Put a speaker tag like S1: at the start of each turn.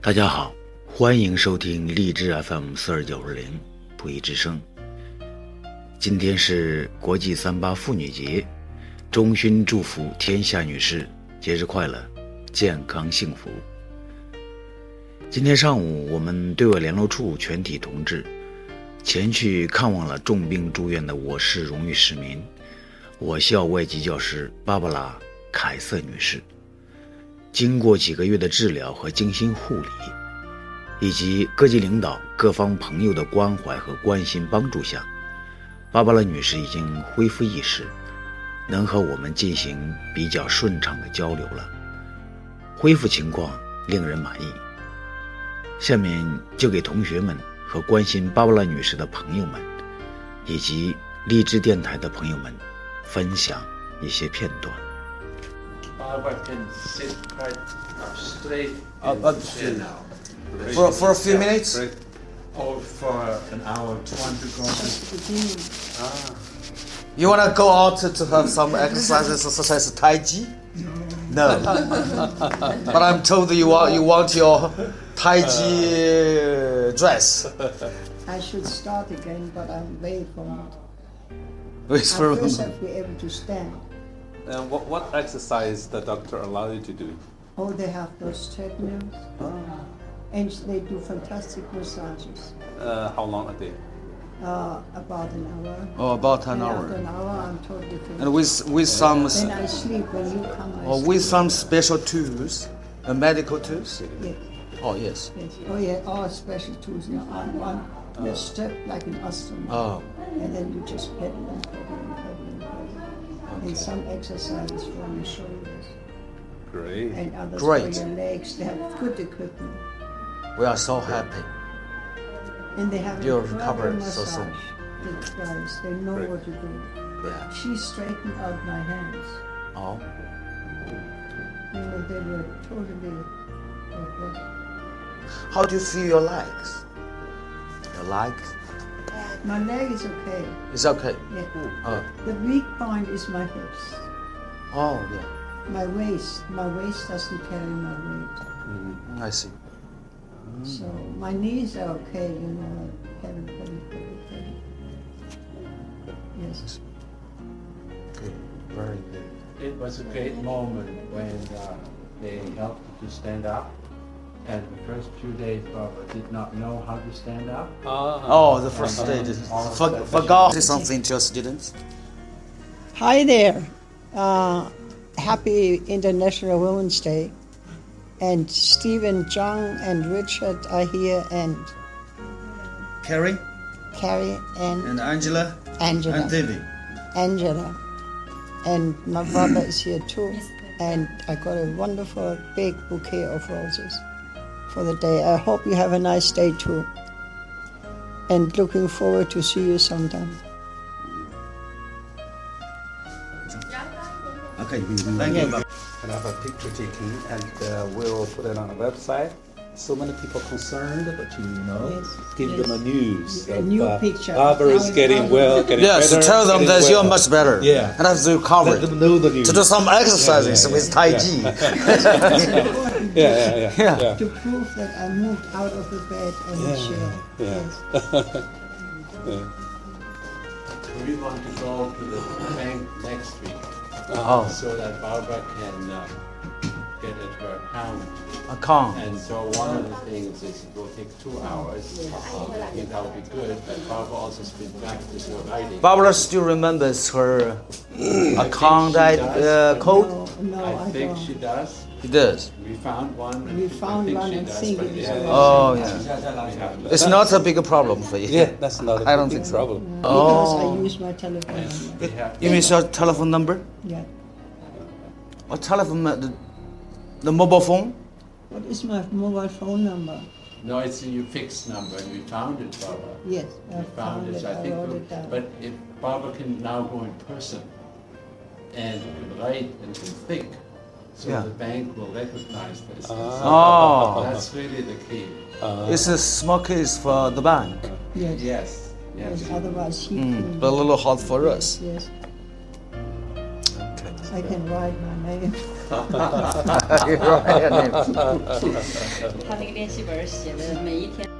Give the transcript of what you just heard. S1: 大家好，欢迎收听荔枝 FM 四二九二零不义之声。今天是国际三八妇女节，衷心祝福天下女士节日快乐，健康幸福。今天上午，我们对外联络处全体同志前去看望了重病住院的我市荣誉市民、我校外籍教师芭芭拉·凯瑟女士。经过几个月的治疗和精心护理，以及各级领导、各方朋友的关怀和关心帮助下，芭芭拉女士已经恢复意识，能和我们进行比较顺畅的交流了。恢复情况令人满意。下面就给同学们和关心芭芭拉女士的朋友们，以及励志电台的朋友们，分享一些片段。
S2: Barbara can sit quite up straight
S3: Up-
S2: and
S3: up
S2: chill
S3: straight.
S2: now.
S3: Uh, For, for a few minutes?
S2: Or for an hour, two hundred grams.
S3: You wanna go out to, to have some exercises such as Tai Chi? No. but I'm told that you want, you want your Tai Chi dress.
S4: I should start again, but I'm late for it.
S3: Which
S4: I
S3: for-
S4: first have to be able to stand.
S5: And Uh, what, what exercise the doctor allow you to do?
S4: Oh, they have those treadmills. Oh. And they do fantastic massages.
S5: Uh, how long a day?
S4: Uh, about an hour.
S3: Oh, about an
S4: and After
S3: hour.
S4: an hour, I'm totally
S3: And
S4: finished.
S3: with, with some s-
S4: Then I sleep when you come. I
S3: or
S4: sleep.
S3: with some special tools, uh, medical tools.
S4: Yes,
S3: Oh yes.
S4: yes. Oh, yeah. Oh, special tools. You know, on one you step like an astronaut.
S3: Oh,
S4: And then you just pedal and pedal and pedal and pedal. And some exercises for your shoulders.
S5: Great.
S4: and others
S3: Great.
S4: for your legs. They have good equipment,
S3: we are so happy.
S4: and they have
S3: You're
S4: incredible
S3: recovered so
S4: massage.
S3: soon.
S4: These guys, they know
S5: Great.
S4: what to do.
S3: Yeah.
S4: She straightened out my hands.
S3: Oh.
S4: You know, they were totally. uh,
S3: How do you feel your legs? Your legs?
S4: uh, My leg is okay.
S3: It's okay.
S4: Yeah.
S3: Oh.
S4: The weak point is my hips,
S3: Oh yeah.
S4: my waist. My waist doesn't carry my weight.
S3: I see.
S4: So my knees are okay. You know, I haven't been everything. Yes.
S3: Good. Very good.
S2: It was a great moment when uh, they helped to stand up. And the first few days, Barbara did not know how to stand up.
S5: Ah.
S3: Oh, the
S5: Uh-huh.
S3: first day. For, forgot something to your students?
S4: Hi there. Uh, happy International Women's Day. And Stephen Zhang and Richard are here, and
S3: Carrie
S4: Carrie and
S3: and Angela
S4: Angela.
S3: and David.
S4: Angela. And my brother is here too. And I got a wonderful big bouquet of roses for the day. I hope you have a nice day too. And looking forward to see you sometime.
S3: Okay, thank you.
S5: And I have a picture taken and uh, we'll put it on a website. So many people concerned, but you know,
S4: Yes,
S5: give
S4: yes.
S5: them a news.
S4: A
S5: of,
S4: new picture.
S5: Barbara is
S4: Now we
S5: getting
S4: know.
S5: well, getting
S3: Yes,
S5: better.
S3: tell them
S5: getting
S3: that you're
S5: well.
S3: much better.
S5: Yeah.
S3: And have to recover.
S5: Let them know the news.
S3: To do some exercises
S5: Yeah, yeah,
S3: with Tai Chi.
S5: Yeah, yeah, yeah.
S3: Yeah.
S4: To prove that I moved out of the bed and the chair. Yes.
S2: We want to go to the bank next week
S3: Oh,
S2: so that Barbara can uh, get at her account.
S3: I can't.
S2: And so one of the things is it will take two hours. Um, I think that would be good, but Barbara also spent practice her writing.
S3: Barbara still remembers her
S5: Mm.
S3: account uh, code.
S4: No, no, Oh, I,
S2: I think
S4: don't.
S2: she does.
S3: It does.
S2: We found one.
S4: We
S2: I
S4: found
S2: think
S4: one
S2: she
S4: and
S2: does,
S4: think
S2: but
S4: it is
S2: yeah,
S4: one.
S3: Oh,
S2: she-
S3: yeah.
S2: we have
S3: It's not a big problem for you.
S5: Yeah, that's not a
S3: I don't
S5: big
S3: think so.
S5: problem.
S4: because I use my telephone. number.
S2: we have-
S3: You mean your telephone number?
S4: Yeah.
S3: Or telephone, uh, the, the mobile phone?
S4: What is my mobile phone number?
S2: No, it's a fixed number, and we found it, Barbara.
S4: Yes, I
S2: We found it, so I
S4: I
S2: think,
S4: wrote
S2: we'll-
S4: it down.
S2: but if Barbara can now go in person and can write and can think, so
S3: Yeah.
S2: the bank will recognize this.
S3: Oh.
S2: That's really the key.
S3: It's a small case for the bank,
S4: yes, yes,
S2: Yes, yes.
S4: otherwise he
S3: but
S4: can-
S3: a little hard for us.
S4: Yes.
S3: Okay.
S4: I can write my name.
S3: You're right, I mean.
S6: 他那个练习本儿写的每一天。